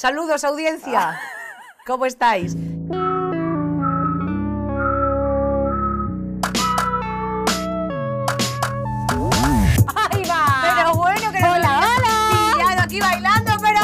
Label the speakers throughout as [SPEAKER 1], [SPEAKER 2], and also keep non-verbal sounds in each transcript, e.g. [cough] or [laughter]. [SPEAKER 1] Saludos, audiencia. ¿Cómo estáis?
[SPEAKER 2] ¡Ahí va!
[SPEAKER 1] Pero bueno, que nos
[SPEAKER 2] Hola,
[SPEAKER 1] hemos
[SPEAKER 2] hola.
[SPEAKER 1] pillado aquí bailando, pero...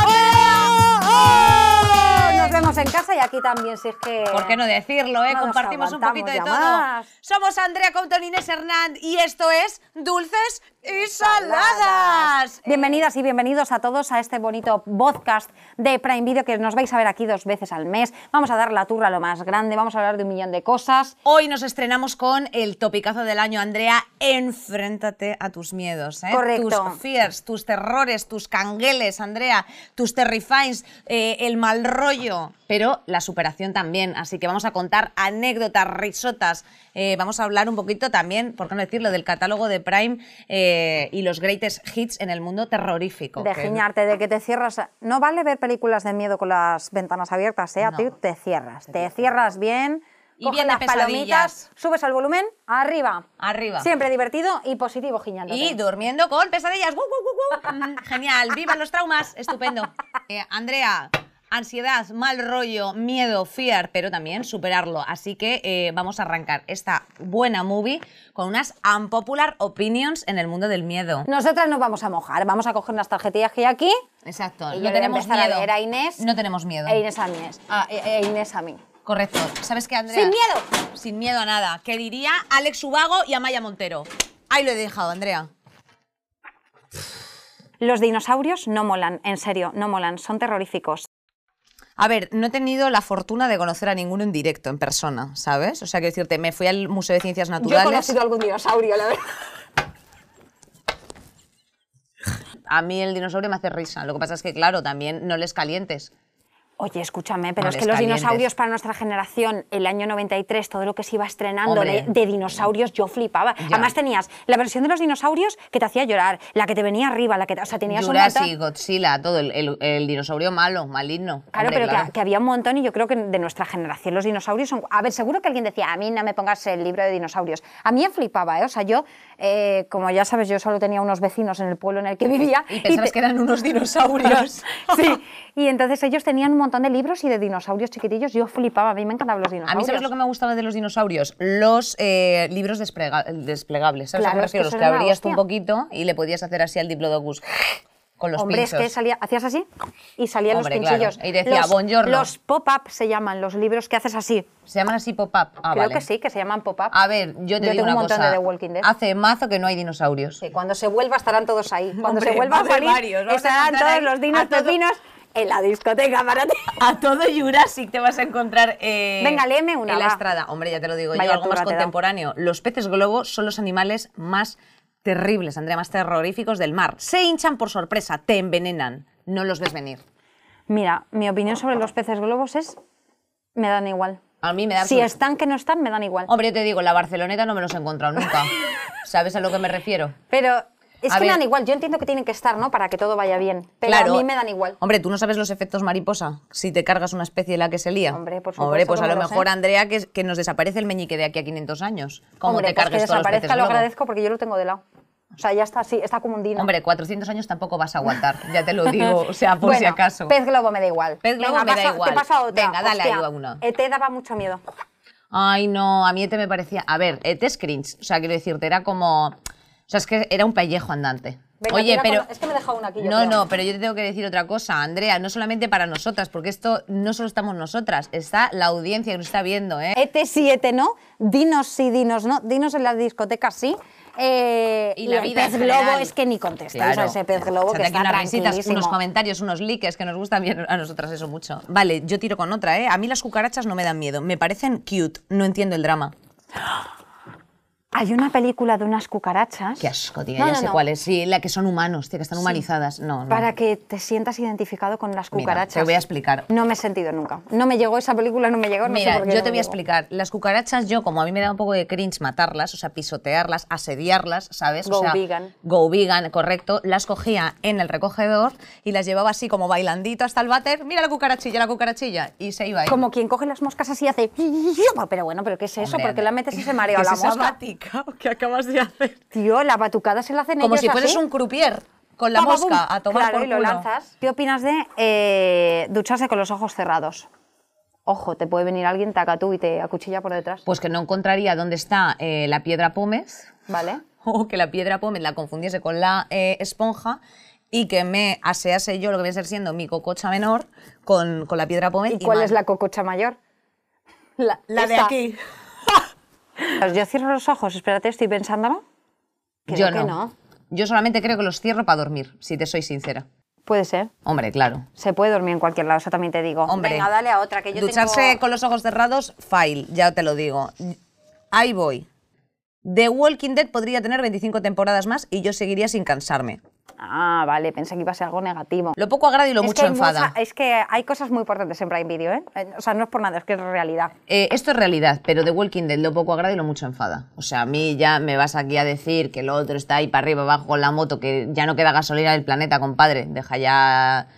[SPEAKER 1] oh,
[SPEAKER 2] Nos vemos en casa y aquí también, si es que...
[SPEAKER 1] ¿Por qué no decirlo, eh?
[SPEAKER 2] No nos
[SPEAKER 1] Compartimos un poquito de
[SPEAKER 2] aguantamos
[SPEAKER 1] todo.
[SPEAKER 2] ya más.
[SPEAKER 1] Somos Andrea Compton, Inés Hernández y esto es Dulces y
[SPEAKER 2] Saladas.
[SPEAKER 1] Saladas.
[SPEAKER 2] Bienvenidas y bienvenidos a todos a este bonito podcast de Prime Video que nos vais a ver aquí dos veces al mes. Vamos a dar la turra a lo más grande, vamos a hablar de un millón de cosas.
[SPEAKER 1] Hoy nos estrenamos con el topicazo del año, Andrea. Enfréntate a tus miedos, ¿eh?
[SPEAKER 2] Correcto.
[SPEAKER 1] Tus fears, tus terrores, ines, tus cangueles, Andrea, tus terrifines, eh, el mal rollo, pero la superación también. Así que vamos a contar anécdotas, risotas. eh, vamos a hablar un poquito también, por qué no decirlo, del catálogo de Prime eh, y los greatest hits en el mundo terrorífico.
[SPEAKER 2] De
[SPEAKER 1] que-
[SPEAKER 2] giñarte, de que te cierras. No vale ver películas de miedo con las ventanas abiertas, ¿eh? A
[SPEAKER 1] No.
[SPEAKER 2] ti te cierras, te cierras bien.
[SPEAKER 1] Y
[SPEAKER 2] coges
[SPEAKER 1] bien de
[SPEAKER 2] las palomitas,
[SPEAKER 1] pesadillas.
[SPEAKER 2] subes al volumen, arriba.
[SPEAKER 1] Arriba.
[SPEAKER 2] Siempre divertido y positivo, giñándote.
[SPEAKER 1] Y durmiendo con pesadillas. Guau, guau, guau, guau. Mm, Genial. Vivan los traumas.
[SPEAKER 2] [laughs]
[SPEAKER 1] Estupendo. Eh, Andrea. Ansiedad, mal rollo, miedo, fiar, pero también superarlo. Así que eh, vamos a arrancar esta buena movie con unas unpopular opinions en el mundo del miedo.
[SPEAKER 2] Nosotras nos vamos a mojar, vamos a coger unas tarjetillas que hay aquí.
[SPEAKER 1] Exacto. no
[SPEAKER 2] Y yo le voy a
[SPEAKER 1] tenemos
[SPEAKER 2] empezar a
[SPEAKER 1] miedo.
[SPEAKER 2] leer a Inés.
[SPEAKER 1] No tenemos miedo.
[SPEAKER 2] E Inés a mí. Ah, e- e Inés a mí.
[SPEAKER 1] Correcto. ¿Sabes qué, Andrea?
[SPEAKER 2] ¡Sin miedo!
[SPEAKER 1] Sin miedo a nada. Que diría Alex Ubago y Amaya Montero. Ahí lo he dejado, Andrea.
[SPEAKER 2] Los dinosaurios no molan, en serio, no molan, son terroríficos.
[SPEAKER 1] A ver, no he tenido la fortuna de conocer a ninguno en directo, en persona, ¿sabes? O sea, quiero decirte, me fui al Museo de Ciencias Naturales.
[SPEAKER 2] algún dinosaurio, la verdad.
[SPEAKER 1] A mí el dinosaurio me hace risa. Lo que pasa es que, claro, también no les calientes.
[SPEAKER 2] Oye, escúchame, pero
[SPEAKER 1] No
[SPEAKER 2] es
[SPEAKER 1] les
[SPEAKER 2] que los
[SPEAKER 1] calientes.
[SPEAKER 2] dinosaurios para nuestra generación, el año 93, todo lo que se iba estrenando
[SPEAKER 1] Hombre.
[SPEAKER 2] de, de dinosaurios, yo flipaba. Además tenías la versión de los dinosaurios que te hacía llorar, la que te venía arriba, la que, te- o sea, tenías un montón-
[SPEAKER 1] Jurassic, Godzilla, todo. El, el- el dinosaurio malo, maligno.
[SPEAKER 2] Claro,
[SPEAKER 1] Hombre,
[SPEAKER 2] pero que- Que, había un montón y yo creo que de nuestra generación los dinosaurios son... A ver, seguro que alguien decía, a mí no me pongas el libro de dinosaurios. A mí me flipaba, ¿eh? O sea, yo, eh, como ya sabes, yo solo tenía unos vecinos en el pueblo en el que vivía.
[SPEAKER 1] Y pensabas
[SPEAKER 2] te-
[SPEAKER 1] que [laughs] eran unos dinosaurios.
[SPEAKER 2] [laughs] Sí, y entonces ellos tenían un montón de libros y de dinosaurios chiquitillos. Yo flipaba, a mí me encantaban los
[SPEAKER 1] A
[SPEAKER 2] dinosaurios.
[SPEAKER 1] mí, ¿sabes lo que me gustaba de los dinosaurios? Los eh, libros desprega- desplegables. ¿Sabes a qué
[SPEAKER 2] Claro,
[SPEAKER 1] me
[SPEAKER 2] es que
[SPEAKER 1] refiero? Los
[SPEAKER 2] eso
[SPEAKER 1] que
[SPEAKER 2] era la
[SPEAKER 1] abrías tú un
[SPEAKER 2] hostia.
[SPEAKER 1] poquito y le podías hacer así al Diplodocus con los
[SPEAKER 2] Hombre,
[SPEAKER 1] pinchos.
[SPEAKER 2] es que salía, hacías así y salían
[SPEAKER 1] Hombre,
[SPEAKER 2] los
[SPEAKER 1] claro.
[SPEAKER 2] pinchillos.
[SPEAKER 1] Y decía,
[SPEAKER 2] los,
[SPEAKER 1] "Buongiorno".
[SPEAKER 2] Los pop-up se llaman, los libros que haces así.
[SPEAKER 1] Se llaman así pop-up. Ah,
[SPEAKER 2] creo
[SPEAKER 1] vale.
[SPEAKER 2] que sí, que se llaman pop-up.
[SPEAKER 1] A ver, yo te digo
[SPEAKER 2] Yo tengo un
[SPEAKER 1] una
[SPEAKER 2] montón
[SPEAKER 1] cosa.
[SPEAKER 2] de The Walking Dead.
[SPEAKER 1] Hace mazo que no hay dinosaurios.
[SPEAKER 2] Sí, cuando se vuelva estarán todos ahí. Cuando
[SPEAKER 1] Hombre,
[SPEAKER 2] se
[SPEAKER 1] va a
[SPEAKER 2] vuelva a
[SPEAKER 1] haber
[SPEAKER 2] salir,
[SPEAKER 1] varios, vamos a
[SPEAKER 2] estarán
[SPEAKER 1] contar
[SPEAKER 2] todos
[SPEAKER 1] ahí
[SPEAKER 2] los dinos
[SPEAKER 1] a todo-
[SPEAKER 2] pepinos en la discoteca para ti.
[SPEAKER 1] A todo Jurassic te vas a encontrar. eh,
[SPEAKER 2] Venga, léeme una,
[SPEAKER 1] En la
[SPEAKER 2] va.
[SPEAKER 1] estrada. Hombre, ya te lo digo yo,
[SPEAKER 2] Vaya
[SPEAKER 1] algo más
[SPEAKER 2] turra te da.
[SPEAKER 1] contemporáneo. Los peces globo son los animales más terribles, Andrea, más terroríficos del mar. Se hinchan por sorpresa, te envenenan. No los ves venir.
[SPEAKER 2] Mira, mi opinión sobre los peces globos es, me dan igual.
[SPEAKER 1] A mí me da.
[SPEAKER 2] Si están que no están, me dan igual.
[SPEAKER 1] Hombre, yo te digo, la Barceloneta no me los he encontrado
[SPEAKER 2] [laughs]
[SPEAKER 1] nunca. ¿Sabes a lo que me refiero?
[SPEAKER 2] Pero es
[SPEAKER 1] A
[SPEAKER 2] que me
[SPEAKER 1] ver.
[SPEAKER 2] dan igual. Yo entiendo que tienen que estar, ¿no? Para que todo vaya bien. Pero a mí me dan igual.
[SPEAKER 1] Hombre, tú no sabes los efectos mariposa si te cargas una especie de la que se lía.
[SPEAKER 2] Hombre, por
[SPEAKER 1] Hombre,
[SPEAKER 2] supuesto
[SPEAKER 1] pues
[SPEAKER 2] que
[SPEAKER 1] a
[SPEAKER 2] me
[SPEAKER 1] lo
[SPEAKER 2] lo sé.
[SPEAKER 1] mejor, Andrea, que, que nos desaparece el meñique de aquí a 500 años. Como
[SPEAKER 2] Hombre,
[SPEAKER 1] te
[SPEAKER 2] pues
[SPEAKER 1] cargues
[SPEAKER 2] que
[SPEAKER 1] todos los
[SPEAKER 2] desaparezca
[SPEAKER 1] peces
[SPEAKER 2] lo
[SPEAKER 1] globo.
[SPEAKER 2] agradezco porque yo lo tengo de lado. O sea, ya está así, está como un dino.
[SPEAKER 1] Hombre, 400 años tampoco vas a aguantar, ya te lo digo, o sea, por si
[SPEAKER 2] Bueno,
[SPEAKER 1] acaso.
[SPEAKER 2] Pez globo me da igual.
[SPEAKER 1] Pez globo me da
[SPEAKER 2] pasa-
[SPEAKER 1] igual.
[SPEAKER 2] Te paso a otra.
[SPEAKER 1] Venga, dale ahí
[SPEAKER 2] Hostia,
[SPEAKER 1] a una.
[SPEAKER 2] Te daba mucho miedo.
[SPEAKER 1] Ay, no, a mí ET me parecía... A ver, ET es cringe, o sea, quiero decirte, era como... O sea, es que era un pellejo andante.
[SPEAKER 2] Venga,
[SPEAKER 1] Oye,
[SPEAKER 2] tira
[SPEAKER 1] pero...
[SPEAKER 2] con- es que me he dejado una aquí, yo
[SPEAKER 1] No,
[SPEAKER 2] creo.
[SPEAKER 1] no, pero yo te tengo que decir otra cosa, Andrea, no solamente para nosotras, porque esto no solo estamos nosotras, está la audiencia que nos está viendo, ¿eh?
[SPEAKER 2] Ete sí, ete E no. Dinos sí, dinos no. Dinos en las discotecas sí. Eh,
[SPEAKER 1] Y la
[SPEAKER 2] el
[SPEAKER 1] vida
[SPEAKER 2] pez
[SPEAKER 1] en
[SPEAKER 2] globo
[SPEAKER 1] general.
[SPEAKER 2] es que ni contesta.
[SPEAKER 1] Claro.
[SPEAKER 2] ese pez globo
[SPEAKER 1] Echate
[SPEAKER 2] que
[SPEAKER 1] aquí
[SPEAKER 2] está
[SPEAKER 1] unas risitas,
[SPEAKER 2] tranquilísimo.
[SPEAKER 1] unos comentarios, unos likes que nos gustan bien a nosotras eso mucho. Vale, yo tiro con otra, ¿eh? A mí las cucarachas no me dan miedo, me parecen cute, no entiendo el drama.
[SPEAKER 2] Hay una película de unas cucarachas
[SPEAKER 1] Qué asco, tía,
[SPEAKER 2] No,
[SPEAKER 1] ya
[SPEAKER 2] no,
[SPEAKER 1] sé
[SPEAKER 2] no.
[SPEAKER 1] cuál es. Sí, la que son humanos, tía, que están humanizadas. No, no.
[SPEAKER 2] para que te sientas identificado con las
[SPEAKER 1] Mira,
[SPEAKER 2] cucarachas.
[SPEAKER 1] te voy a explicar.
[SPEAKER 2] No me he sentido nunca. No me llegó esa película, no me llegó. no sé
[SPEAKER 1] Mira,
[SPEAKER 2] por qué
[SPEAKER 1] yo
[SPEAKER 2] no
[SPEAKER 1] te
[SPEAKER 2] me
[SPEAKER 1] voy a
[SPEAKER 2] llegó.
[SPEAKER 1] explicar. Las cucarachas, yo, como a mí me da un poco de cringe matarlas, o sea, pisotearlas, asediarlas, ¿sabes? o
[SPEAKER 2] Go
[SPEAKER 1] sea,
[SPEAKER 2] vegan.
[SPEAKER 1] Go vegan, correcto. Las cogía en el recogedor y las llevaba así como bailandito hasta el váter. Mira la cucarachilla, la cucarachilla. Y se iba ahí.
[SPEAKER 2] Como quien coge las moscas así y hace. [laughs] Pero bueno, ¿pero qué es eso?
[SPEAKER 1] Hombre,
[SPEAKER 2] ¿Por qué
[SPEAKER 1] Andrea.
[SPEAKER 2] la metes y se
[SPEAKER 1] [laughs]
[SPEAKER 2] marea
[SPEAKER 1] ¿Qué
[SPEAKER 2] la
[SPEAKER 1] es esa [laughs]
[SPEAKER 2] mosca?
[SPEAKER 1] batica que acabas de hacer?
[SPEAKER 2] Tío, la batucada se la hacen
[SPEAKER 1] Como
[SPEAKER 2] ellos
[SPEAKER 1] si fueses
[SPEAKER 2] así.
[SPEAKER 1] un croupier. con la
[SPEAKER 2] ¡Pam, pam,
[SPEAKER 1] mosca
[SPEAKER 2] pum!
[SPEAKER 1] a tomar
[SPEAKER 2] Claro,
[SPEAKER 1] por
[SPEAKER 2] y lo
[SPEAKER 1] culo.
[SPEAKER 2] lanzas. ¿Qué opinas de eh, ducharse con los ojos cerrados? Ojo, te puede venir alguien, taca tú y te acuchilla por detrás.
[SPEAKER 1] Pues que no encontraría dónde está eh, la piedra pómez [laughs]
[SPEAKER 2] ¿Vale?
[SPEAKER 1] o que la piedra pómez la confundiese con la eh, esponja y que me asease yo lo que viene a ser siendo mi cococha menor con, con la piedra pómez.
[SPEAKER 2] ¿Y cuál
[SPEAKER 1] mal.
[SPEAKER 2] es la cococha mayor? La,
[SPEAKER 1] La de
[SPEAKER 2] esta.
[SPEAKER 1] aquí.
[SPEAKER 2] Pues yo cierro los ojos, espérate, estoy pensándolo. Creo
[SPEAKER 1] yo
[SPEAKER 2] que
[SPEAKER 1] no.
[SPEAKER 2] no.
[SPEAKER 1] Yo solamente creo que los cierro para dormir, si te soy sincera.
[SPEAKER 2] Puede ser.
[SPEAKER 1] Hombre, claro.
[SPEAKER 2] Se puede dormir en cualquier lado, eso también te digo.
[SPEAKER 1] Hombre,
[SPEAKER 2] Venga, dale a otra, que yo
[SPEAKER 1] ducharse
[SPEAKER 2] tengo...
[SPEAKER 1] con los ojos cerrados, fail, ya te lo digo. Ahí voy. The Walking Dead podría tener 25 temporadas más y yo seguiría sin cansarme.
[SPEAKER 2] Ah, vale, pensé que iba a ser algo negativo.
[SPEAKER 1] Lo poco agrado y lo
[SPEAKER 2] Es
[SPEAKER 1] mucho
[SPEAKER 2] que hay
[SPEAKER 1] enfada.
[SPEAKER 2] mucha- es que hay cosas muy importantes en Prime Video, ¿eh? Eh, O sea, no es por nada, es que es realidad.
[SPEAKER 1] Eh, esto es realidad, pero The Walking Dead lo poco agrada y lo mucho enfada. O sea, a mí ya me vas aquí a decir que lo otro está ahí para arriba, abajo con la moto, que ya no queda gasolina del planeta, compadre. Deja ya...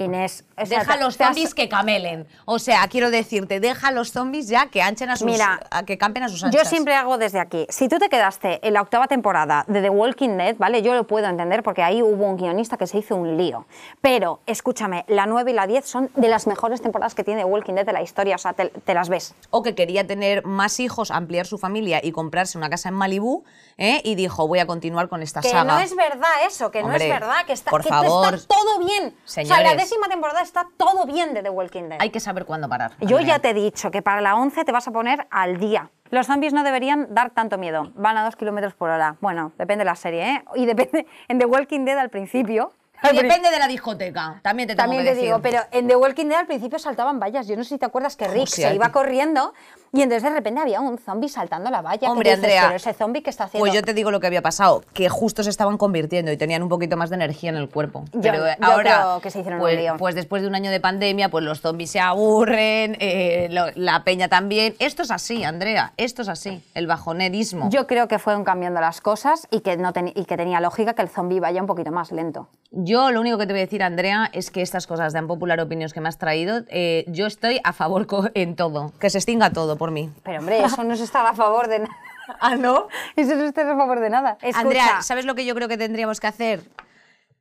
[SPEAKER 2] Inés, o sea,
[SPEAKER 1] Deja
[SPEAKER 2] te-
[SPEAKER 1] los
[SPEAKER 2] te has-
[SPEAKER 1] zombies que camelen. O sea, quiero decirte, deja los zombies ya que anchen a sus...
[SPEAKER 2] Mira,
[SPEAKER 1] a que campen a sus
[SPEAKER 2] Yo
[SPEAKER 1] anchas.
[SPEAKER 2] siempre hago desde aquí. Si tú te quedaste en la octava temporada de The Walking Dead, ¿vale? Yo lo puedo entender porque ahí hubo un guionista que se hizo un lío. Pero, escúchame, la 9 y la 10 son de las mejores temporadas que tiene The Walking Dead de la historia. O sea, te, te las ves.
[SPEAKER 1] o que quería tener más hijos, ampliar su familia y comprarse una casa en Malibú, ¿eh? y dijo, voy a continuar con esta
[SPEAKER 2] Que
[SPEAKER 1] saga.
[SPEAKER 2] no es verdad eso, que
[SPEAKER 1] Hombre,
[SPEAKER 2] no es verdad, que está,
[SPEAKER 1] por
[SPEAKER 2] que está
[SPEAKER 1] favor,
[SPEAKER 2] todo bien. O sea, la
[SPEAKER 1] señores.
[SPEAKER 2] décima temporada está todo bien de The Walking Dead.
[SPEAKER 1] Hay que saber cuándo parar.
[SPEAKER 2] Yo
[SPEAKER 1] Andrea.
[SPEAKER 2] ya te he dicho que para la 11 te vas a poner al día. Los zombies no deberían dar tanto miedo. Van a 2 kilómetros por hora. Bueno, depende de la serie, ¿eh? Y depende. [laughs] En The Walking Dead al principio.
[SPEAKER 1] Y
[SPEAKER 2] al pri-
[SPEAKER 1] depende de la discoteca, también te tengo
[SPEAKER 2] También
[SPEAKER 1] que
[SPEAKER 2] te
[SPEAKER 1] decir.
[SPEAKER 2] digo, pero en The Walking Dead al principio saltaban vallas. Yo no sé si te acuerdas que Rick
[SPEAKER 1] Hostia,
[SPEAKER 2] se iba
[SPEAKER 1] tío.
[SPEAKER 2] corriendo y entonces de repente había un zombie saltando la valla. que
[SPEAKER 1] Hombre,
[SPEAKER 2] dices,
[SPEAKER 1] Andrea,
[SPEAKER 2] Pero ese zombie que está haciendo.
[SPEAKER 1] Pues yo te digo lo que había pasado, que justo se estaban convirtiendo y tenían un poquito más de energía en el cuerpo.
[SPEAKER 2] Yo-
[SPEAKER 1] Pero eh,
[SPEAKER 2] yo
[SPEAKER 1] ahora,
[SPEAKER 2] creo que se hicieron un
[SPEAKER 1] pues,
[SPEAKER 2] lío.
[SPEAKER 1] pues después de un año de pandemia, pues los zombies se aburren, eh, lo- la peña también. Esto es así, Andrea, esto es así, el bajonerismo.
[SPEAKER 2] Yo creo que fueron cambiando las cosas y que, no teni- y que tenía lógica que el zombie vaya un poquito más lento.
[SPEAKER 1] Yo lo único que te voy a decir, Andrea, es que estas cosas de popular opiniones que me has traído, eh, yo estoy a favor co- en todo. Que se extinga todo por mí.
[SPEAKER 2] Pero hombre, eso no es estar a favor de nada.
[SPEAKER 1] [laughs] ¿Ah, no?
[SPEAKER 2] Eso no es estar a favor de nada. Escucha,
[SPEAKER 1] Andrea, ¿sabes lo que yo creo que tendríamos que hacer?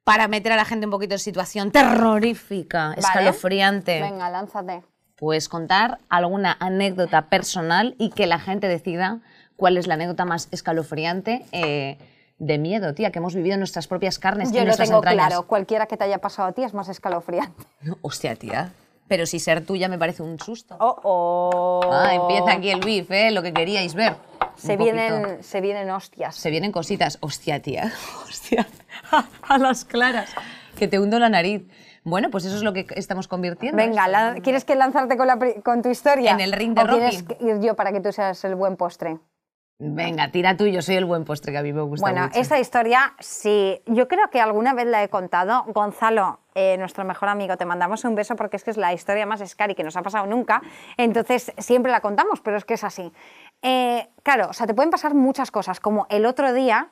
[SPEAKER 1] Para meter a la gente un poquito en situación terrorífica,
[SPEAKER 2] ¿vale?
[SPEAKER 1] escalofriante.
[SPEAKER 2] Venga, lánzate.
[SPEAKER 1] Pues contar alguna anécdota personal y que la gente decida cuál es la anécdota más escalofriante eh, de miedo, tía, que hemos vivido en nuestras propias carnes. y
[SPEAKER 2] Yo
[SPEAKER 1] en
[SPEAKER 2] lo
[SPEAKER 1] nuestras
[SPEAKER 2] tengo
[SPEAKER 1] entrañas.
[SPEAKER 2] claro. Cualquiera que te haya pasado a ti es más escalofriante.
[SPEAKER 1] [laughs] Hostia, tía. Pero si ser tuya me parece un susto.
[SPEAKER 2] Oh, oh.
[SPEAKER 1] Ah, empieza aquí el beef, ¿eh? Lo que queríais ver.
[SPEAKER 2] Se
[SPEAKER 1] Un poquito.
[SPEAKER 2] vienen, se vienen hostias.
[SPEAKER 1] Se vienen cositas. Hostia,
[SPEAKER 2] [laughs]
[SPEAKER 1] tía. Hostia. A las claras. Que te hundo la nariz. Bueno, pues eso es lo que estamos convirtiendo.
[SPEAKER 2] Venga, lan- ¿quieres que lanzarte con, la pri- con tu historia?
[SPEAKER 1] En el ring de
[SPEAKER 2] ¿O quieres
[SPEAKER 1] Rocky.
[SPEAKER 2] que- ir yo para que tú seas el buen postre?
[SPEAKER 1] Venga, tira tú. Yo soy el buen postre que a mí me gusta
[SPEAKER 2] Bueno,
[SPEAKER 1] mucho.
[SPEAKER 2] esta historia, sí, yo creo que alguna vez la he contado. Gonzalo, eh, nuestro mejor amigo, te mandamos un beso porque es que es la historia más scary que nos ha pasado nunca. Entonces, siempre la contamos, pero es que es así. Eh, claro, o sea, te pueden pasar muchas cosas, como el otro día,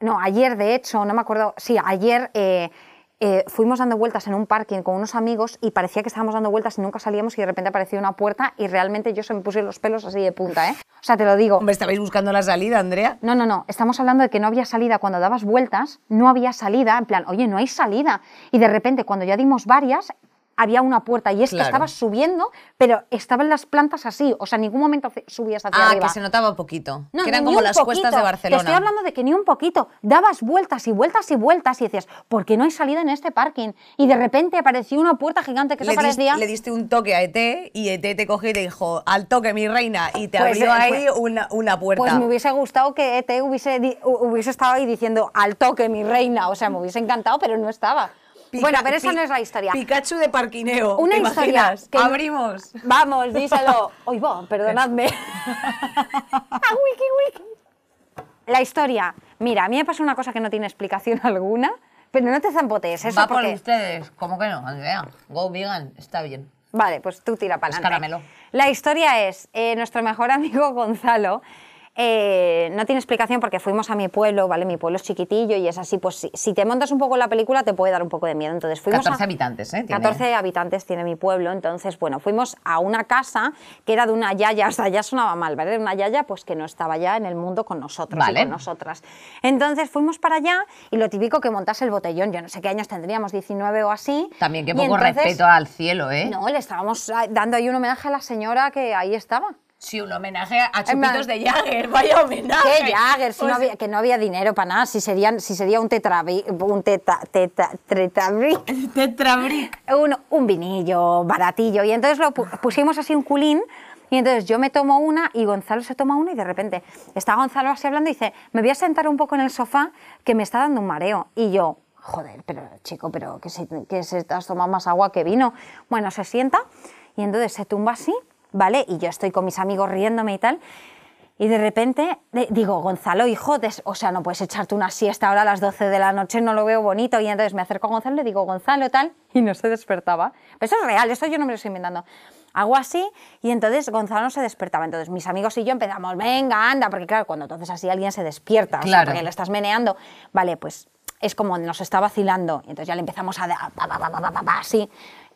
[SPEAKER 2] no, ayer de hecho, no me acuerdo, sí, ayer... eh, eh, fuimos dando vueltas en un parking con unos amigos y parecía que estábamos dando vueltas y nunca salíamos y de repente apareció una puerta y realmente yo se me puse los pelos así de punta, ¿eh? O sea, te lo digo.
[SPEAKER 1] Hombre, estabais buscando la salida, Andrea.
[SPEAKER 2] No, no, no. Estamos hablando de que no había salida cuando dabas vueltas, no había salida. En plan, oye, no hay salida. Y de repente, cuando ya dimos varias, había una puerta y es
[SPEAKER 1] Claro.
[SPEAKER 2] que estabas subiendo, pero estaban las plantas así. O sea, en ningún momento ce- subías hacia
[SPEAKER 1] Ah,
[SPEAKER 2] arriba.
[SPEAKER 1] que se notaba un poquito. que
[SPEAKER 2] No, ni-
[SPEAKER 1] eran
[SPEAKER 2] ni
[SPEAKER 1] como
[SPEAKER 2] un
[SPEAKER 1] las cuestas de
[SPEAKER 2] poquito. Te estoy
[SPEAKER 1] Barcelona.
[SPEAKER 2] hablando de que ni un poquito. Dabas vueltas y vueltas y vueltas y decías, ¿por qué no hay salida en este parking? Y de repente apareció una puerta gigante que eso
[SPEAKER 1] Le diste,
[SPEAKER 2] parecía...
[SPEAKER 1] le diste un toque a ET y ET te cogió y te dijo, al toque, mi reina, y te
[SPEAKER 2] Pues,
[SPEAKER 1] abrió
[SPEAKER 2] eh,
[SPEAKER 1] ahí
[SPEAKER 2] pues-
[SPEAKER 1] una, una puerta.
[SPEAKER 2] Pues me hubiese gustado que ET hubiese, di- hu- hubiese estado ahí diciendo al toque, mi reina. O sea, me hubiese encantado, pero no estaba.
[SPEAKER 1] Pica-
[SPEAKER 2] bueno, pero esa
[SPEAKER 1] pi-
[SPEAKER 2] no es la historia.
[SPEAKER 1] Pikachu de parquineo.
[SPEAKER 2] Una
[SPEAKER 1] ¿te
[SPEAKER 2] historia
[SPEAKER 1] imaginas?
[SPEAKER 2] que-
[SPEAKER 1] Abrimos. [laughs]
[SPEAKER 2] Vamos, díselo. Oy, va, perdonadme. [laughs] Ah, wiki, wiki. La historia. Mira, a mí me pasó una cosa que no tiene explicación [laughs] alguna, pero no te zampotees. Eso
[SPEAKER 1] Va por
[SPEAKER 2] porque...
[SPEAKER 1] ustedes. ¿Cómo que no, Andrea? Go vegan, está bien.
[SPEAKER 2] Vale, pues tú tira para
[SPEAKER 1] Escáramelo.
[SPEAKER 2] [laughs] La historia es, eh, nuestro mejor amigo Gonzalo eh, no tiene explicación porque fuimos a mi pueblo, ¿vale? Mi pueblo es chiquitillo y es así, pues si, si te montas un poco la película te puede dar un poco de miedo. Entonces fuimos
[SPEAKER 1] 14
[SPEAKER 2] a-
[SPEAKER 1] habitantes, ¿eh? Tiene.
[SPEAKER 2] 14 habitantes tiene mi pueblo, entonces, bueno, fuimos a una casa que era de una yaya, [laughs] o sea, ya sonaba mal, ¿vale? Era Una yaya pues que no estaba ya en el mundo con nosotros y
[SPEAKER 1] Vale.
[SPEAKER 2] con nosotras. Entonces fuimos para allá y lo típico que montas el botellón, yo no sé qué años tendríamos, 19 o así.
[SPEAKER 1] También que
[SPEAKER 2] y
[SPEAKER 1] poco
[SPEAKER 2] entonces-
[SPEAKER 1] respeto al cielo, ¿eh?
[SPEAKER 2] No, le estábamos ah, dando ahí un homenaje a la señora que ahí estaba.
[SPEAKER 1] Sí, un homenaje a
[SPEAKER 2] plan-
[SPEAKER 1] chupitos de Jagger, vaya homenaje.
[SPEAKER 2] Que Jagger, si
[SPEAKER 1] O sea,
[SPEAKER 2] no había- que no había dinero para nada, si, serían, si sería un tetravi, un teta, teta, tetrabric.
[SPEAKER 1] Pues, Tetrabric.
[SPEAKER 2] un, un vinillo baratillo. Y entonces lo pu- pusimos así un culín. Y entonces yo me tomo una y Gonzalo se toma una y de repente está Gonzalo así hablando y dice, me voy a sentar un poco en el sofá que me está dando un mareo. Y yo, joder, pero chico, pero que se, que se te has tomado más agua que vino. Bueno, se sienta y entonces se tumba así, ¿vale? Y yo estoy con mis amigos riéndome y tal. Y de repente le digo, Gonzalo, hijo, des- o sea, no puedes echarte una siesta ahora a las 12 de la noche, no lo veo bonito. Y entonces me acerco a Gonzalo y le digo, Gonzalo, tal, y no se despertaba. Pero eso es real, eso yo no me lo estoy inventando. Hago así y entonces Gonzalo no se despertaba. Entonces mis amigos y yo empezamos, venga, anda, porque claro, cuando entonces así alguien se despierta, o sea,
[SPEAKER 1] Claro.
[SPEAKER 2] porque le estás meneando, vale, pues es como nos está vacilando. Y entonces ya le empezamos a... da- pa, pa, pa, pa, pa, pa, pa, así.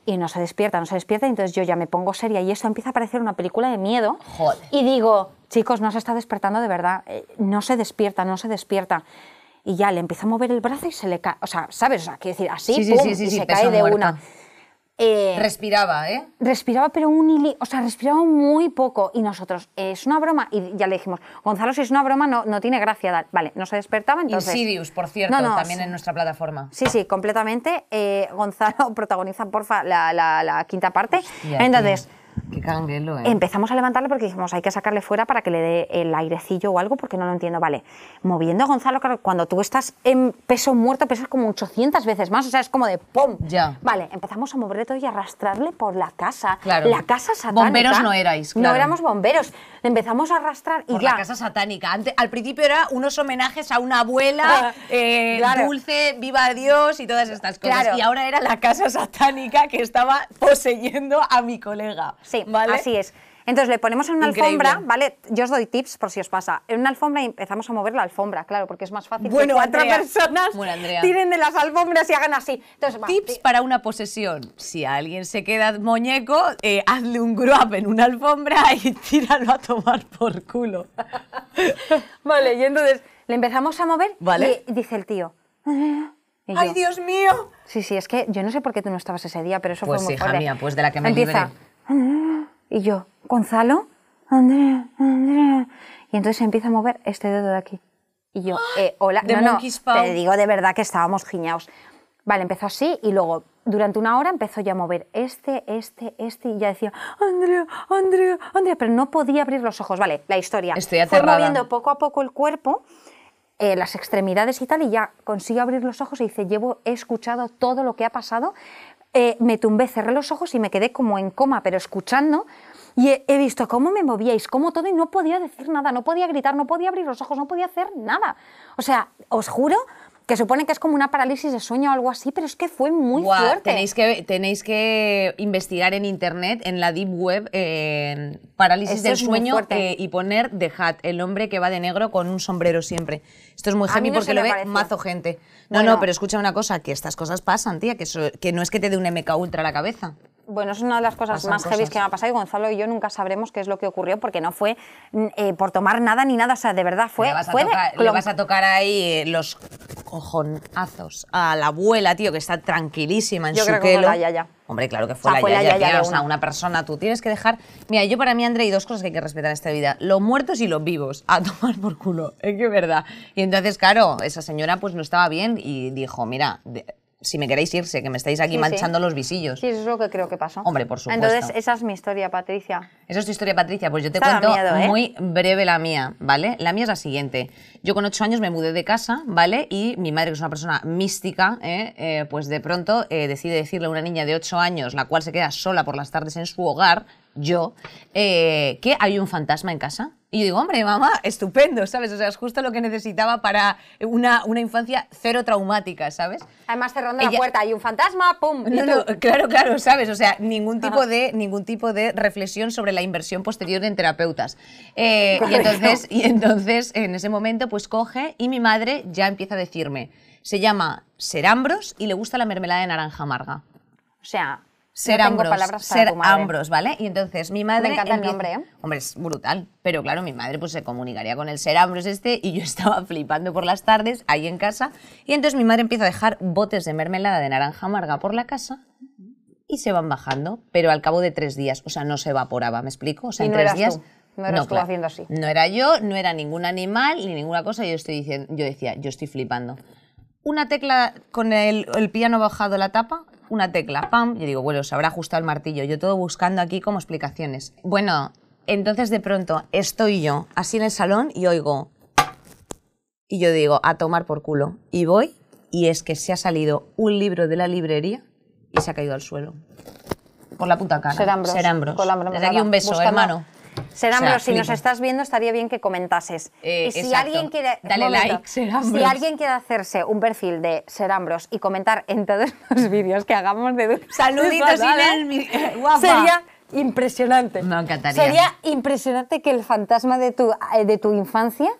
[SPEAKER 2] Y no se despierta, no se despierta, y entonces yo ya me pongo seria y esto empieza a parecer una película de miedo.
[SPEAKER 1] Joder.
[SPEAKER 2] Y digo, chicos, no se está despertando de verdad, eh, no se despierta, no se despierta. Y ya le empieza a mover el brazo y se le cae, o sea, ¿sabes? O sea, quiero decir, así,
[SPEAKER 1] Sí, sí,
[SPEAKER 2] pum,
[SPEAKER 1] sí, sí,
[SPEAKER 2] y
[SPEAKER 1] sí,
[SPEAKER 2] se
[SPEAKER 1] peso
[SPEAKER 2] cae de
[SPEAKER 1] muerto.
[SPEAKER 2] una. Eh,
[SPEAKER 1] Respiraba, ¿eh?
[SPEAKER 2] respiraba, pero un hili, o sea, respiraba muy poco. Y nosotros, "Eh, es una broma. Y ya le dijimos, Gonzalo, si es una broma, no, no tiene gracia. tal. Vale, no se despertaba, entonces.
[SPEAKER 1] Insidious, por cierto,
[SPEAKER 2] No, no,
[SPEAKER 1] también
[SPEAKER 2] sí.
[SPEAKER 1] en nuestra plataforma.
[SPEAKER 2] Sí, sí, completamente. Eh, Gonzalo [laughs] protagoniza, porfa, la, la- la quinta parte.
[SPEAKER 1] Hostia,
[SPEAKER 2] entonces.
[SPEAKER 1] tío, Qué canguelo, ¿eh?
[SPEAKER 2] Empezamos a levantarle porque dijimos, hay que sacarle fuera para que le dé el airecillo o algo, porque no lo entiendo. Vale, moviendo a Gonzalo, claro, cuando tú estás en peso muerto, pesas como 800 veces más, o sea, es como de ¡pum!
[SPEAKER 1] Ya.
[SPEAKER 2] Vale, empezamos a moverle todo y a arrastrarle por la casa.
[SPEAKER 1] Claro.
[SPEAKER 2] La casa satánica.
[SPEAKER 1] Bomberos no erais,
[SPEAKER 2] No
[SPEAKER 1] claro.
[SPEAKER 2] éramos bomberos. Le empezamos a arrastrar y
[SPEAKER 1] Por
[SPEAKER 2] ya.
[SPEAKER 1] la casa satánica. Ante- al principio era unos homenajes a una
[SPEAKER 2] [laughs]
[SPEAKER 1] abuela, eh,
[SPEAKER 2] Claro.
[SPEAKER 1] dulce, viva Dios y todas estas cosas.
[SPEAKER 2] Claro.
[SPEAKER 1] Y ahora era la casa satánica que estaba poseyendo a mi colega.
[SPEAKER 2] Sí,
[SPEAKER 1] ¿vale?
[SPEAKER 2] así es. Entonces le ponemos en una
[SPEAKER 1] Increíble.
[SPEAKER 2] alfombra, ¿vale? Yo os doy tips por si os pasa. En una alfombra y empezamos a mover la alfombra, claro, porque es más fácil
[SPEAKER 1] Bueno,
[SPEAKER 2] que cuatro
[SPEAKER 1] Andrea.
[SPEAKER 2] personas
[SPEAKER 1] Bueno, Andrea.
[SPEAKER 2] tiren de las alfombras y hagan así. Entonces, va,
[SPEAKER 1] Tips para una posesión. Si alguien se queda muñeco, eh, hazle un grab en una alfombra y [laughs] tíralo a tomar por culo.
[SPEAKER 2] Vale, y entonces le empezamos a mover
[SPEAKER 1] Vale.
[SPEAKER 2] y dice el tío. "Eh". Y yo,
[SPEAKER 1] ¡Ay, Dios mío!
[SPEAKER 2] Sí, sí, es que yo no sé por qué tú no estabas ese día, pero eso
[SPEAKER 1] Pues
[SPEAKER 2] fue muy
[SPEAKER 1] hija
[SPEAKER 2] fuerte.
[SPEAKER 1] mía, pues de la que me
[SPEAKER 2] Empieza. Y yo, Gonzalo, Andrea, Andrea. Y entonces empieza a mover este dedo de aquí. Y yo, eh, hola,
[SPEAKER 1] The
[SPEAKER 2] no, no,
[SPEAKER 1] monkey's paw.
[SPEAKER 2] te digo de verdad que estábamos giñados. Vale, empezó así y luego durante una hora empezó ya a mover este, este, este y ya decía, Andrea, Andrea, Andrea, pero no podía abrir los ojos. Vale, la historia.
[SPEAKER 1] Estoy
[SPEAKER 2] Fue
[SPEAKER 1] aterrada.
[SPEAKER 2] moviendo poco a poco el cuerpo eh, las extremidades y tal, y ya consigo abrir los ojos y dice, llevo, he escuchado todo lo que ha pasado, Eh, me tumbé, cerré los ojos y me quedé como en coma, pero escuchando, y he, he visto cómo me movíais, cómo todo, y no podía decir nada, no podía gritar, no podía abrir los ojos, no podía hacer nada. O sea, os juro que supone que es como una parálisis de sueño o algo así, pero es que fue muy
[SPEAKER 1] Guau,
[SPEAKER 2] fuerte.
[SPEAKER 1] Tenéis que, tenéis que investigar en internet, en la deep web, en parálisis
[SPEAKER 2] Esto
[SPEAKER 1] del
[SPEAKER 2] es muy
[SPEAKER 1] sueño
[SPEAKER 2] fuerte.
[SPEAKER 1] eh, y poner The Hat, el hombre que va de negro con un sombrero siempre. Esto es muy
[SPEAKER 2] A
[SPEAKER 1] heavy
[SPEAKER 2] mí no se
[SPEAKER 1] porque
[SPEAKER 2] me
[SPEAKER 1] lo ve
[SPEAKER 2] pareció.
[SPEAKER 1] mazo gente. No,
[SPEAKER 2] Bueno.
[SPEAKER 1] no, pero escucha una cosa, que estas cosas pasan, tía, que, eso- que no es que te dé un MK Ultra a la cabeza.
[SPEAKER 2] Bueno, es una de las cosas
[SPEAKER 1] Pasan
[SPEAKER 2] más heavy
[SPEAKER 1] cosas.
[SPEAKER 2] que me ha pasado y Gonzalo y yo nunca sabremos qué es lo que ocurrió porque no fue mm, eh, por tomar nada ni nada, o sea, de verdad fue...
[SPEAKER 1] le, vas a
[SPEAKER 2] fue de
[SPEAKER 1] tocar, le
[SPEAKER 2] clon-
[SPEAKER 1] vas a tocar ahí eh, los cojonazos a la abuela, tío, que está tranquilísima en
[SPEAKER 2] Yo
[SPEAKER 1] su
[SPEAKER 2] creo que fue
[SPEAKER 1] quelo.
[SPEAKER 2] la yaya.
[SPEAKER 1] Hombre, claro que
[SPEAKER 2] O
[SPEAKER 1] fue
[SPEAKER 2] sea,
[SPEAKER 1] la
[SPEAKER 2] fue la
[SPEAKER 1] yaya,
[SPEAKER 2] yaya
[SPEAKER 1] tía,
[SPEAKER 2] de
[SPEAKER 1] o sea,
[SPEAKER 2] una.
[SPEAKER 1] una persona, tú tienes que dejar... Mira, yo para mí, André, hay dos cosas que hay que respetar en esta vida. Los muertos y los vivos. A tomar por culo. [laughs] Es que es verdad. Y entonces, claro, esa señora pues no estaba bien y dijo, mira, de- si me queréis irse, que me estáis aquí
[SPEAKER 2] Sí, sí.
[SPEAKER 1] manchando los visillos.
[SPEAKER 2] Sí, eso es lo que creo que pasó.
[SPEAKER 1] Hombre, por supuesto.
[SPEAKER 2] Entonces, esa es mi historia, Patricia.
[SPEAKER 1] Esa es tu historia, Patricia. Pues yo te
[SPEAKER 2] Esta da
[SPEAKER 1] cuento
[SPEAKER 2] miedo, ¿eh?
[SPEAKER 1] muy breve la mía, ¿vale? La mía es la siguiente. Yo con ocho años me mudé de casa, ¿vale? Y mi madre, que es una persona mística, ¿eh? Eh, pues de pronto eh, decide decirle a una niña de ocho años, la cual se queda sola por las tardes en su hogar, yo, eh, que hay un fantasma en casa. Y yo digo, hombre, mamá, estupendo, ¿sabes? O sea, es justo lo que necesitaba para una, una infancia cero traumática, ¿sabes?
[SPEAKER 2] Además, cerrando la
[SPEAKER 1] Ella-
[SPEAKER 2] puerta, hay un fantasma, ¡pum! y
[SPEAKER 1] No, no,
[SPEAKER 2] tú.
[SPEAKER 1] claro, claro, ¿sabes? O sea, ningún tipo, de, ningún tipo de reflexión sobre la inversión posterior en terapeutas. Eh, y,
[SPEAKER 2] Correcto.
[SPEAKER 1] entonces, y entonces, en ese momento, pues coge y mi madre ya empieza a decirme, se llama Serambros y le gusta la mermelada de naranja amarga.
[SPEAKER 2] O sea,
[SPEAKER 1] Ser
[SPEAKER 2] no tengo
[SPEAKER 1] Ambros,
[SPEAKER 2] palabras para
[SPEAKER 1] ser
[SPEAKER 2] tu madre.
[SPEAKER 1] Ambros, ¿vale? Y entonces mi madre...
[SPEAKER 2] Me encanta el
[SPEAKER 1] empieza-
[SPEAKER 2] nombre, ¿eh?
[SPEAKER 1] Hombre, es brutal. Pero claro, mi madre pues se comunicaría con el ser Ambros este y yo [laughs] estaba flipando por las tardes ahí en casa. Y entonces mi madre empieza a dejar botes de mermelada de naranja amarga por la casa y se van bajando, pero al cabo de tres días, o sea, no se evaporaba, ¿me explico? O sea,
[SPEAKER 2] Y
[SPEAKER 1] en
[SPEAKER 2] no
[SPEAKER 1] tres
[SPEAKER 2] eras
[SPEAKER 1] días...
[SPEAKER 2] tú, no eras tú haciendo así.
[SPEAKER 1] No era yo, no era ningún animal ni ninguna cosa. Yo, estoy diciendo, yo decía, yo estoy flipando. Una tecla con el, el piano bajado la tapa, una tecla, pam. Yo digo, bueno, se habrá ajustado el martillo. Yo todo buscando aquí como explicaciones. Bueno, entonces de pronto estoy yo así en el salón y oigo. Y yo digo, a tomar por culo. Y voy y es que se ha salido un libro de la librería y se ha caído al suelo. Por la puta cara.
[SPEAKER 2] Ser Ambros.
[SPEAKER 1] Serambros.
[SPEAKER 2] con la
[SPEAKER 1] Desde aquí un beso,
[SPEAKER 2] Búscalo.
[SPEAKER 1] hermano.
[SPEAKER 2] Ser
[SPEAKER 1] O sea,
[SPEAKER 2] Ambros, si
[SPEAKER 1] flipa.
[SPEAKER 2] nos estás viendo, estaría bien que comentases.
[SPEAKER 1] Eh,
[SPEAKER 2] y si
[SPEAKER 1] exacto.
[SPEAKER 2] alguien quiere. un
[SPEAKER 1] Dale
[SPEAKER 2] momento.
[SPEAKER 1] like, Ser Ambros.
[SPEAKER 2] Si alguien quiere hacerse un perfil de Ser Ambros y comentar en todos [laughs] los vídeos que hagamos de Dulce
[SPEAKER 1] Saluditos,
[SPEAKER 2] Banana,
[SPEAKER 1] Inés, mi- [laughs] guapa.
[SPEAKER 2] Sería impresionante.
[SPEAKER 1] Me encantaría.
[SPEAKER 2] Sería impresionante que el fantasma de tu, eh, de tu infancia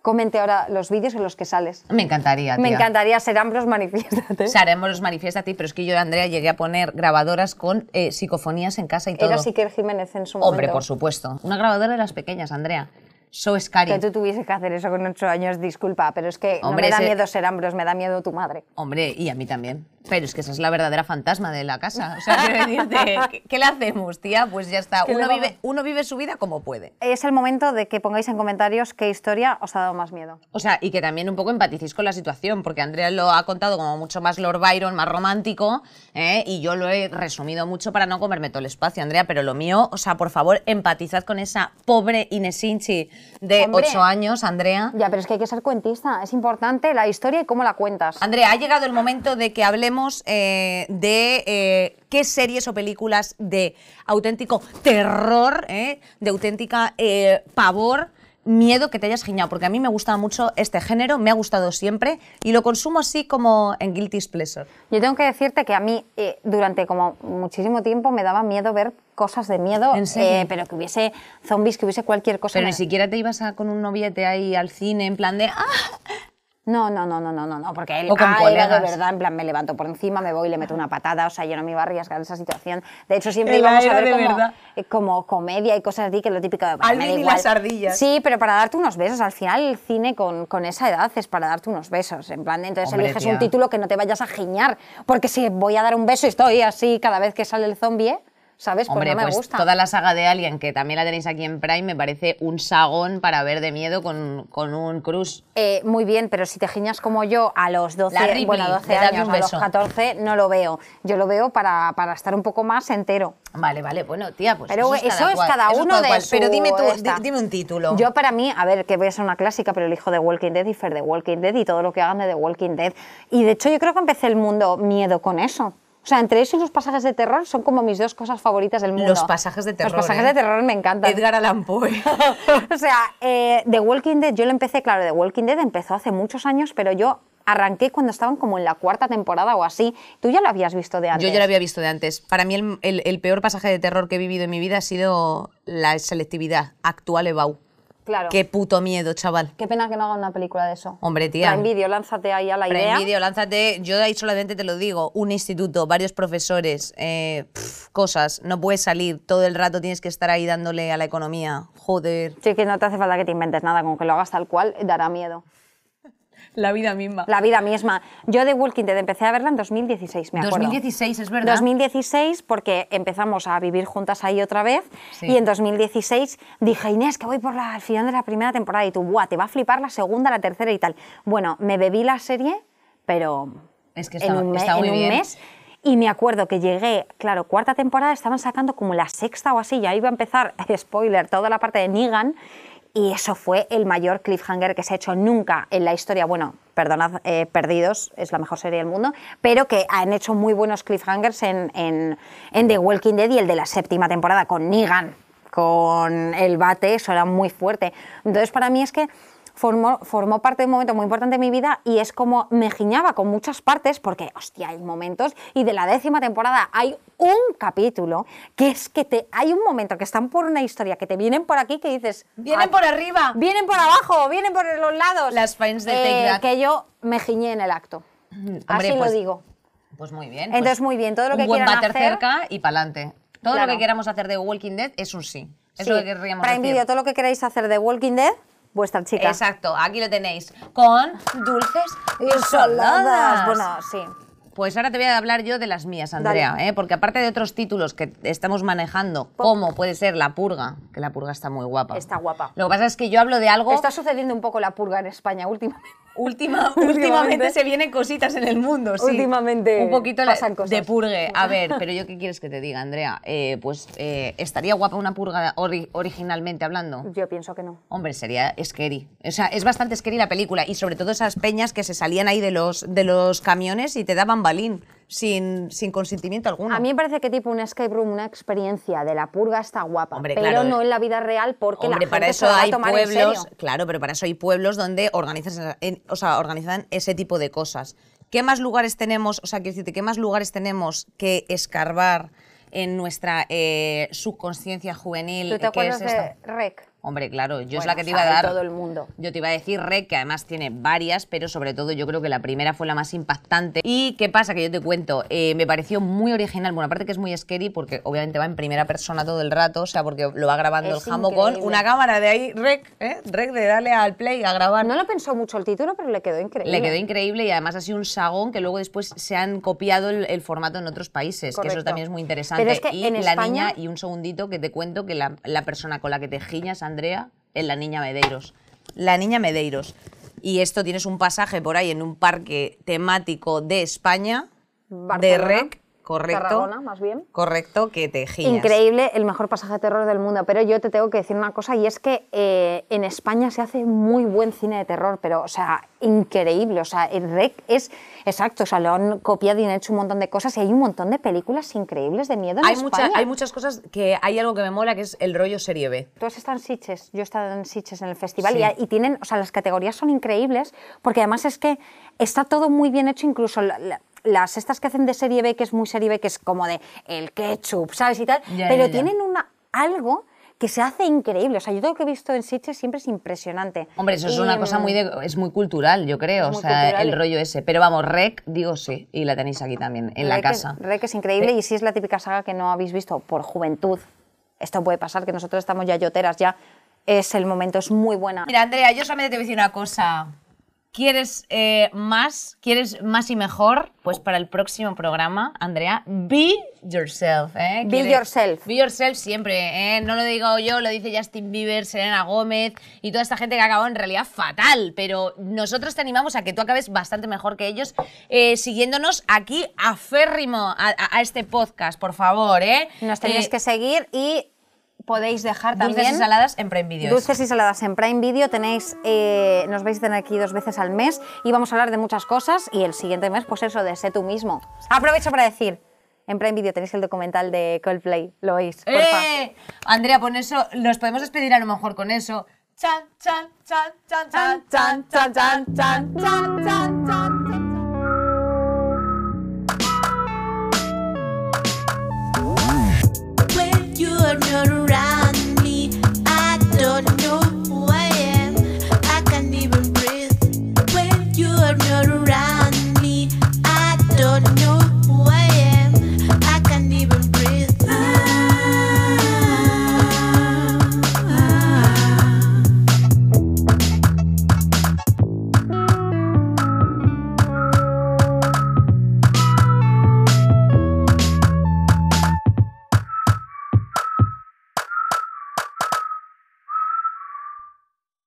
[SPEAKER 2] comente ahora los vídeos en los que sales.
[SPEAKER 1] Me encantaría,
[SPEAKER 2] Me
[SPEAKER 1] tía.
[SPEAKER 2] encantaría ser Ambros, manifiéstate.
[SPEAKER 1] O sea, haremos los manifiesta a ti, pero es que yo, Andrea, llegué a poner grabadoras con eh, psicofonías en casa y todo.
[SPEAKER 2] Era Siquel Jiménez en su momento.
[SPEAKER 1] Hombre, por supuesto. Una grabadora de las pequeñas, Andrea. So Scary.
[SPEAKER 2] Que tú tuviese que hacer eso con ocho años, disculpa, pero es que
[SPEAKER 1] Hombre,
[SPEAKER 2] no me da
[SPEAKER 1] ese-
[SPEAKER 2] miedo ser Ambros, me da miedo tu madre.
[SPEAKER 1] Hombre, y a mí también. Pero es que esa es la verdadera fantasma de la casa. O sea, quiero decirte, [laughs] ¿qué, qué le hacemos, tía? Pues ya está.
[SPEAKER 2] ¿Qué le
[SPEAKER 1] Uno
[SPEAKER 2] vamos-
[SPEAKER 1] vive, uno vive su vida como puede.
[SPEAKER 2] Es el momento de que pongáis en comentarios qué historia os ha dado más miedo.
[SPEAKER 1] O sea, y que también un poco empaticéis con la situación, porque Andrea lo ha contado como mucho más Lord Byron, más romántico, ¿eh? y yo lo he resumido mucho para no comerme todo el espacio, Andrea, pero lo mío, o sea, por favor, empatizad con esa pobre Inesinchi de
[SPEAKER 2] Hombre.
[SPEAKER 1] 8 años, Andrea.
[SPEAKER 2] Ya, pero es que hay que ser cuentista. Es importante la historia y cómo la cuentas.
[SPEAKER 1] Andrea, ha llegado el momento de que hablemos eh, de eh, qué series o películas de auténtico terror, ¿eh? de auténtica eh, pavor, miedo que te hayas giñado. Porque a mí me gusta mucho este género, me ha gustado siempre y lo consumo así como en Guilty Pleasure.
[SPEAKER 2] Yo tengo que decirte que a mí eh, durante como muchísimo tiempo me daba miedo ver cosas de miedo,
[SPEAKER 1] ¿En serio?
[SPEAKER 2] eh, pero que hubiese zombies, que hubiese cualquier cosa.
[SPEAKER 1] Pero
[SPEAKER 2] Me-
[SPEAKER 1] ni siquiera te ibas a- con un noviete ahí al cine en plan de... ¡Ah!
[SPEAKER 2] No, no, no, no, no, no, no, porque él
[SPEAKER 1] O con
[SPEAKER 2] ah, era de
[SPEAKER 1] colegas.
[SPEAKER 2] verdad, en plan, me levanto por encima, me voy y le meto una patada, o sea, yo no me iba a arriesgar en esa situación. De hecho, siempre
[SPEAKER 1] Él
[SPEAKER 2] íbamos
[SPEAKER 1] era
[SPEAKER 2] a ver
[SPEAKER 1] de
[SPEAKER 2] como,
[SPEAKER 1] verdad.
[SPEAKER 2] eh, como comedia y cosas así, que es lo típico de... bueno, me da
[SPEAKER 1] Alvin y
[SPEAKER 2] igual.
[SPEAKER 1] las ardillas.
[SPEAKER 2] Sí, pero para darte unos besos, al final el cine con, con esa edad es para darte unos besos, en plan, entonces
[SPEAKER 1] Hombre,
[SPEAKER 2] eliges
[SPEAKER 1] tía.
[SPEAKER 2] un título que no te vayas a giñar, porque si voy a dar un beso y estoy así cada vez que sale el zombie, ¿sabes? Pues
[SPEAKER 1] Hombre,
[SPEAKER 2] no me
[SPEAKER 1] pues
[SPEAKER 2] gusta.
[SPEAKER 1] toda la saga de Alien, que también la tenéis aquí en Prime, me parece un sagón para ver de miedo con, con un cruz.
[SPEAKER 2] Eh, muy bien, pero si te giñas como yo a los 12,
[SPEAKER 1] La Ripley,
[SPEAKER 2] bueno, a
[SPEAKER 1] le
[SPEAKER 2] 12
[SPEAKER 1] das
[SPEAKER 2] años,
[SPEAKER 1] un
[SPEAKER 2] a los
[SPEAKER 1] beso.
[SPEAKER 2] 14, no lo veo. Yo lo veo para, para estar un poco más entero.
[SPEAKER 1] Vale, vale, bueno, tía, pues
[SPEAKER 2] Pero
[SPEAKER 1] eso es cada, cual, eso es
[SPEAKER 2] uno de
[SPEAKER 1] cual.
[SPEAKER 2] su-
[SPEAKER 1] Pero dime tú,
[SPEAKER 2] esta.
[SPEAKER 1] di- dime un título.
[SPEAKER 2] Yo para mí, a ver, que voy a ser una clásica, pero el hijo de Walking Dead y Fer de Walking Dead y todo lo que hagan de The Walking Dead. Y de hecho yo creo que empecé el mundo miedo con eso. O sea, entre eso y los pasajes de terror son como mis dos cosas favoritas del mundo.
[SPEAKER 1] Los pasajes de terror,
[SPEAKER 2] Los pasajes
[SPEAKER 1] ¿eh?
[SPEAKER 2] de terror me encantan.
[SPEAKER 1] Edgar Allan Poe.
[SPEAKER 2] [laughs] o sea, eh, The Walking Dead, yo lo empecé, claro, The Walking Dead empezó hace muchos años, pero yo arranqué cuando estaban como en la cuarta temporada o así. Tú ya lo habías visto de antes.
[SPEAKER 1] [laughs] Yo ya lo había visto de antes. Para mí el, el- el peor pasaje de terror que he vivido en mi vida ha sido la selectividad actual Ebau.
[SPEAKER 2] Claro.
[SPEAKER 1] Qué
[SPEAKER 2] Qué,
[SPEAKER 1] puto miedo, chaval.
[SPEAKER 2] pena que no hagan una película de eso.
[SPEAKER 1] Hombre, tía.
[SPEAKER 2] En vídeo, lánzate ahí a la idea.
[SPEAKER 1] Prime Video, lánzate. Yo ahí solamente te lo digo. Un instituto, varios profesores, eh, pf, cosas. No puedes salir. Todo el rato tienes que estar ahí dándole a la economía. Joder.
[SPEAKER 2] Sí, que no te hace falta que te inventes nada, con que lo hagas tal cual dará miedo.
[SPEAKER 1] La vida misma.
[SPEAKER 2] La vida misma. Yo de Walking Dead empecé a verla en 2016, me acuerdo.
[SPEAKER 1] 2016, es verdad.
[SPEAKER 2] 2016 porque empezamos a vivir juntas ahí otra vez
[SPEAKER 1] Sí.
[SPEAKER 2] y en 2016 dije, Inés, que voy por la, al final de la primera temporada y tú, buah, te va a flipar la segunda, la tercera y tal. Bueno, me bebí la serie, pero
[SPEAKER 1] Es que
[SPEAKER 2] en
[SPEAKER 1] está-
[SPEAKER 2] un, me-
[SPEAKER 1] está muy
[SPEAKER 2] en un
[SPEAKER 1] bien.
[SPEAKER 2] mes y me acuerdo que llegué, claro, cuarta [laughs] temporada estaban sacando como la sexta o así, ya iba a empezar, spoiler, toda la parte de Negan Y eso fue el mayor cliffhanger que se ha hecho nunca en la historia. Bueno, perdonad, eh, Perdidos es la mejor serie del mundo, pero que han hecho muy buenos cliffhangers en, en, en The Walking Dead y el de la séptima temporada con Negan, con el bate, eso era muy fuerte. Entonces, para mí es que formó, formó parte de un momento muy importante de mi vida y es como me giñaba con muchas partes porque, hostia, hay momentos y de la décima temporada hay un capítulo que es que te, hay un momento que están por una historia que te vienen por aquí que dices...
[SPEAKER 1] Vienen
[SPEAKER 2] "Ah,
[SPEAKER 1] por arriba.
[SPEAKER 2] Vienen por abajo, vienen por los lados.
[SPEAKER 1] Las fans de
[SPEAKER 2] Eh,
[SPEAKER 1] Take That.
[SPEAKER 2] Que yo me giñé en el acto.
[SPEAKER 1] Hombre,
[SPEAKER 2] Así
[SPEAKER 1] pues,
[SPEAKER 2] lo digo.
[SPEAKER 1] Pues muy bien.
[SPEAKER 2] Entonces,
[SPEAKER 1] pues,
[SPEAKER 2] muy bien, todo lo que
[SPEAKER 1] Un buen
[SPEAKER 2] quieran
[SPEAKER 1] váter
[SPEAKER 2] hacer-
[SPEAKER 1] cerca y pa'lante. Todo lo
[SPEAKER 2] Claro.
[SPEAKER 1] que queramos hacer de Walking Dead es un sí. Es
[SPEAKER 2] Sí,
[SPEAKER 1] lo que querríamos
[SPEAKER 2] Prime
[SPEAKER 1] decir.
[SPEAKER 2] Video, todo lo que queráis hacer de Walking Dead, vuestra chica.
[SPEAKER 1] Exacto, aquí lo tenéis. Con dulces y saladas.
[SPEAKER 2] Bueno, sí.
[SPEAKER 1] Pues ahora te voy a hablar yo de las mías, Andrea, ¿eh? porque aparte de otros títulos que estamos manejando, como puede ser La Purga, que La Purga está muy guapa.
[SPEAKER 2] Está guapa.
[SPEAKER 1] Lo que pasa es que yo hablo de algo...
[SPEAKER 2] Está sucediendo un poco la purga en España últimamente.
[SPEAKER 1] Última,
[SPEAKER 2] [laughs] Últimamente.
[SPEAKER 1] últimamente se vienen cositas en el mundo, sí.
[SPEAKER 2] Últimamente
[SPEAKER 1] Un poquito la-
[SPEAKER 2] pasan cosas.
[SPEAKER 1] de purgue. A ver,
[SPEAKER 2] [laughs]
[SPEAKER 1] pero yo qué quieres que te diga, Andrea. Eh, pues eh, estaría guapa una purga ori- originalmente hablando.
[SPEAKER 2] Yo pienso que no.
[SPEAKER 1] Hombre, sería scary. O sea, es bastante scary la película y sobre todo esas peñas que se salían ahí de los, de los camiones y te daban balín sin, sin consentimiento alguno.
[SPEAKER 2] A mí me parece que tipo un escape room, una experiencia de la purga está guapa,
[SPEAKER 1] Hombre,
[SPEAKER 2] pero
[SPEAKER 1] claro. eh.
[SPEAKER 2] no en la vida real porque la
[SPEAKER 1] Hombre,
[SPEAKER 2] gente
[SPEAKER 1] para
[SPEAKER 2] se
[SPEAKER 1] eso
[SPEAKER 2] lo va a
[SPEAKER 1] hay
[SPEAKER 2] tomar en
[SPEAKER 1] pueblos,
[SPEAKER 2] serio.
[SPEAKER 1] claro, pero para eso hay pueblos donde organizan, esa- en- o sea, organizan ese tipo de cosas. ¿Qué más lugares tenemos, o sea, quiero decirte, qué más lugares tenemos que escarbar en nuestra eh, subconsciencia juvenil?
[SPEAKER 2] ¿Tú te
[SPEAKER 1] que
[SPEAKER 2] acuerdas
[SPEAKER 1] es esta?
[SPEAKER 2] de Rec?
[SPEAKER 1] Hombre, claro, yo es
[SPEAKER 2] Bueno,
[SPEAKER 1] la que te
[SPEAKER 2] o
[SPEAKER 1] iba a
[SPEAKER 2] sea, de
[SPEAKER 1] dar.
[SPEAKER 2] todo el mundo.
[SPEAKER 1] Yo te iba a decir Rec, que además tiene varias, pero sobre todo yo creo que la primera fue la más impactante. ¿Y qué pasa? Que yo te cuento, eh, me pareció muy original. Bueno, aparte que es muy scary porque obviamente va en primera persona todo el rato, o sea, porque lo va grabando
[SPEAKER 2] Es
[SPEAKER 1] el jamo con
[SPEAKER 2] increíble.
[SPEAKER 1] una cámara de ahí, Rec, ¿eh? Rec de darle al play a grabar.
[SPEAKER 2] No lo pensó mucho el título, pero le quedó increíble.
[SPEAKER 1] Le quedó increíble y además ha sido un sagón que luego después se han copiado el, el formato en otros países, que
[SPEAKER 2] Correcto.
[SPEAKER 1] eso también es muy interesante.
[SPEAKER 2] Pero es que
[SPEAKER 1] y
[SPEAKER 2] en
[SPEAKER 1] la
[SPEAKER 2] España-
[SPEAKER 1] niña, y un segundito que te cuento que la, la persona con la que te giñas, Andrea, es la niña Medeiros. La niña Medeiros. Y esto tienes un pasaje por ahí en un parque temático de España, de
[SPEAKER 2] Barcelona,
[SPEAKER 1] REC, correcto.
[SPEAKER 2] Tarragona, más bien.
[SPEAKER 1] Correcto, que te giñas.
[SPEAKER 2] Increíble, el mejor pasaje de terror del mundo. Pero yo te tengo que decir una cosa y es que eh, en España se hace muy buen cine de terror, pero, o sea, increíble. O sea, el REC es exacto, o sea, lo han copiado y han hecho un montón de cosas y hay un montón de películas increíbles de miedo en
[SPEAKER 1] Hay, mucha-
[SPEAKER 2] España.
[SPEAKER 1] hay muchas cosas que hay algo que me mola que es el rollo serie B.
[SPEAKER 2] Tú has estado en Sitges, yo he estado en Sitges en el festival
[SPEAKER 1] Sí.
[SPEAKER 2] y, y tienen, o sea, las categorías son increíbles porque además es que está todo muy bien hecho, incluso la- la- las estas que hacen de serie B, que es muy serie B, que es como de el ketchup, ¿sabes? Y tal,
[SPEAKER 1] Ya,
[SPEAKER 2] pero
[SPEAKER 1] ya, ya.
[SPEAKER 2] tienen una, algo que se hace increíble. O sea, yo todo lo que he visto en Sitges siempre es impresionante.
[SPEAKER 1] Hombre, eso es
[SPEAKER 2] Y,
[SPEAKER 1] una cosa muy de- es muy cultural, yo creo,
[SPEAKER 2] Es
[SPEAKER 1] o
[SPEAKER 2] muy
[SPEAKER 1] sea,
[SPEAKER 2] cultural.
[SPEAKER 1] el rollo ese. Pero vamos, rec, digo sí, y la tenéis aquí también, en la
[SPEAKER 2] Rec es-
[SPEAKER 1] casa.
[SPEAKER 2] Rec es increíble y si es la típica saga que no habéis visto por juventud, esto puede pasar, que nosotros estamos ya yoteras, ya es el momento, es muy buena.
[SPEAKER 1] Mira, Andrea, yo solamente te voy a decir una cosa. ¿Quieres eh, más? ¿Quieres más y mejor? Pues para el próximo programa, Andrea, be yourself. ¿eh?
[SPEAKER 2] Be
[SPEAKER 1] ¿Quieres-
[SPEAKER 2] yourself.
[SPEAKER 1] Be yourself siempre. ¿eh? No lo digo yo, lo dice Justin Bieber, Selena Gómez y toda esta gente que ha acabado en realidad fatal. Pero nosotros te animamos a que tú acabes bastante mejor que ellos eh, siguiéndonos aquí aférrimo a, a- a este podcast, por favor. ¿eh?
[SPEAKER 2] Nos tenéis
[SPEAKER 1] Eh,
[SPEAKER 2] que seguir y podéis dejar
[SPEAKER 1] dulces
[SPEAKER 2] también
[SPEAKER 1] y saladas en Prime Video.
[SPEAKER 2] dulces y saladas en Prime Video. Tenéis, eh, nos vais a tener aquí dos veces al mes y vamos a hablar de muchas cosas y el siguiente mes, pues eso, de sé tú mismo. Aprovecho para decir, en Prime Video tenéis el documental de Coldplay, lo oís, porfa.
[SPEAKER 1] ¡Eh! Andrea, pon eso, nos podemos despedir a lo mejor con eso. Chan, chan, chan, chan, chan, chan, chan, chan, chan, chan, chan, chan.
[SPEAKER 3] when you're not around.